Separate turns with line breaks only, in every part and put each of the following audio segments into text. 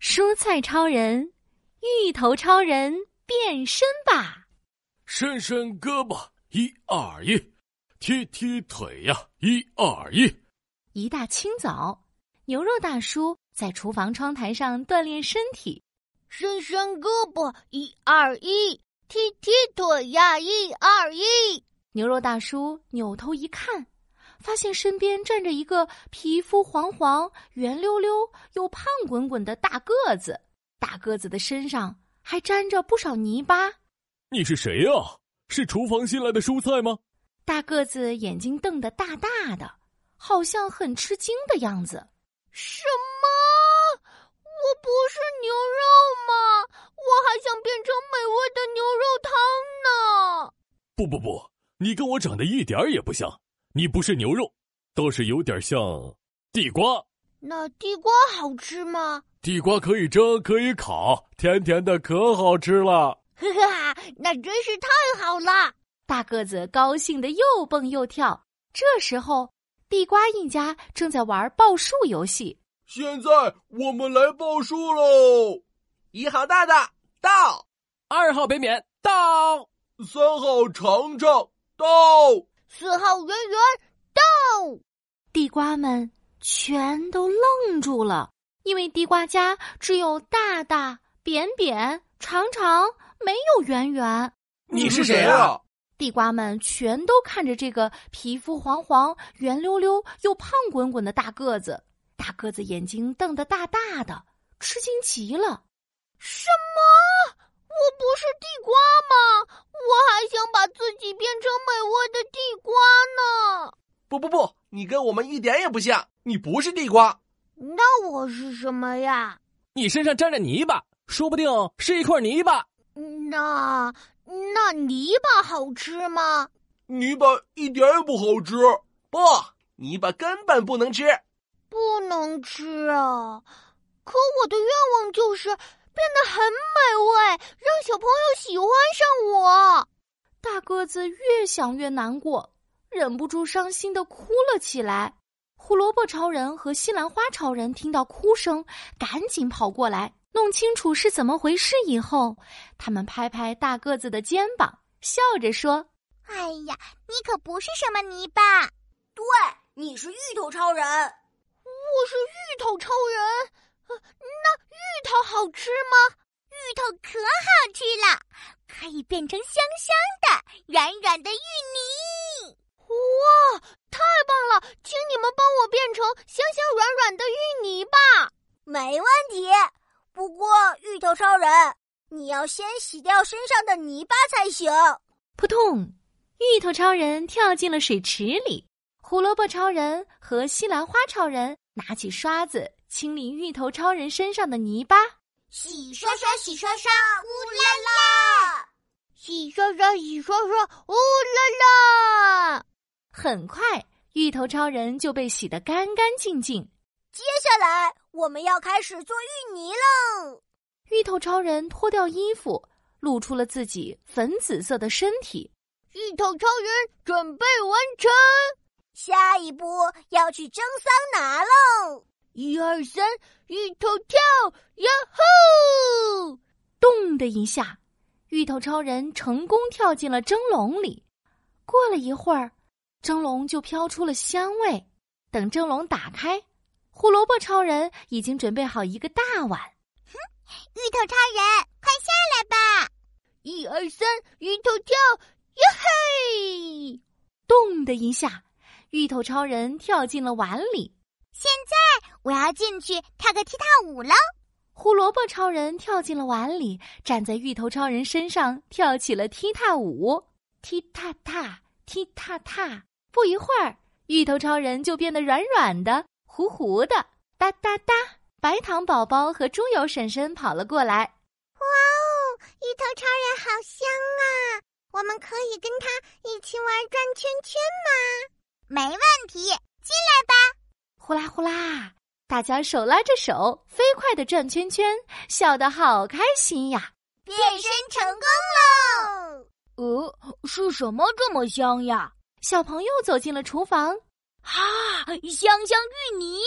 蔬菜超人、芋头超人变身吧！
伸伸胳膊，一二一；踢踢腿呀，一二一。
一大清早，牛肉大叔在厨房窗台上锻炼身体。
伸伸胳膊，一二一；踢踢腿呀，一二一。
牛肉大叔扭头一看，发现身边站着一个皮肤黄黄、圆溜溜又胖滚滚的大个子。大个子的身上还沾着不少泥巴。
你是谁呀、是厨房新来的蔬菜吗？
大个子眼睛瞪得大大的，好像很吃惊的样子。
什么？我不是牛肉吗？我还想变成美味的牛肉汤呢！
不不不，你跟我长得一点儿也不像，你不是牛肉，倒是有点像地瓜。
那地瓜好吃吗？
地瓜可以蒸，可以烤，甜甜的可好吃了。
呵呵，那真是太好了！
大个子高兴的又蹦又跳。这时候，地瓜一家正在玩报数游戏。
现在我们来报数喽！
一号大大到，二号北冕到，
三号尝尝到，
四号圆圆到，
地瓜们全都愣住了，因为地瓜家只有大大、扁扁、长长，没有圆圆。
你是谁啊？
地瓜们全都看着这个皮肤黄黄、圆溜溜又胖滚滚的大个子。大个子眼睛瞪得大大的，吃惊极了。
什么？我不是地瓜吗？我还想把自己变成美味的地瓜呢。
不不不，你跟我们一点也不像，你不是地瓜，
那我是什么呀？
你身上沾着泥巴，说不定是一块泥巴。
嗯那那泥巴好吃吗？
泥巴一点也不好吃。
不，泥巴根本不能吃。
不能吃啊！可我的愿望就是变得很美味，让小朋友喜欢上我。
大个子越想越难过，忍不住伤心的哭了起来。胡萝卜超人和西兰花超人听到哭声，赶紧跑过来，弄清楚是怎么回事以后，他们拍拍大个子的肩膀，笑着说
哎呀，你可不是什么泥巴，
对，你是芋头超人。
我是芋头超人，呃那芋头好吃吗？
芋头可好吃了，可以变成香香的、软软的芋泥。
哇，太棒了！请你们帮我变成香香软软的芋泥吧。
没问题。不过，芋头超人，你要先洗掉身上的泥巴才行。：“
扑通！”芋头超人跳进了水池里，胡萝卜超人和西兰花超人拿起刷子清理芋头超人身上的泥巴。
洗刷刷，洗刷刷，乌啦啦！
洗刷刷，洗刷刷，呜啦啦！
很快，芋头超人就被洗得干干净净。
接下来我们要开始做芋泥喽。
芋头超人脱掉衣服，露出了自己粉紫色的身体。
芋头超人准备完成，
下一步要去蒸桑拿喽。
一二三，芋头跳，呀吼！
咚的一下，芋头超人成功跳进了蒸笼里。过了一会儿，蒸笼就飘出了香味。等蒸笼打开，胡萝卜超人已经准备好一个大碗。
芋头超人，快下来吧！
一二三，芋头跳，呀嘿！
咚的一下，芋头超人跳进了碗里。
现在我要进去跳个踢踏舞喽！
胡萝卜超人跳进了碗里，站在芋头超人身上跳起了踢踏舞，踢踏踏，踢踏踏。不一会儿，芋头超人就变得软软的、糊糊的。哒哒哒，白糖宝宝和猪油婶婶跑了过来。
芋头超人好香啊！我们可以跟他一起玩转圈圈吗？没问题，进来吧！
呼啦呼啦，大家手拉着手，飞快地转圈圈，笑得好开心呀！
变身成功喽！
呃，是什么这么香呀？
小朋友走进了厨房，
啊，香香芋泥！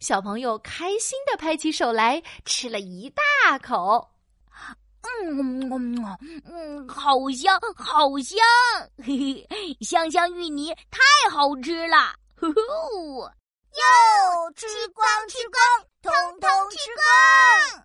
小朋友开心的拍起手来，吃了一大口。
嗯嗯嗯，好香，好香！嘿嘿，香香芋泥太好吃了！呼呼，
哟，吃光吃光，
通
通
通
通
吃
吃光。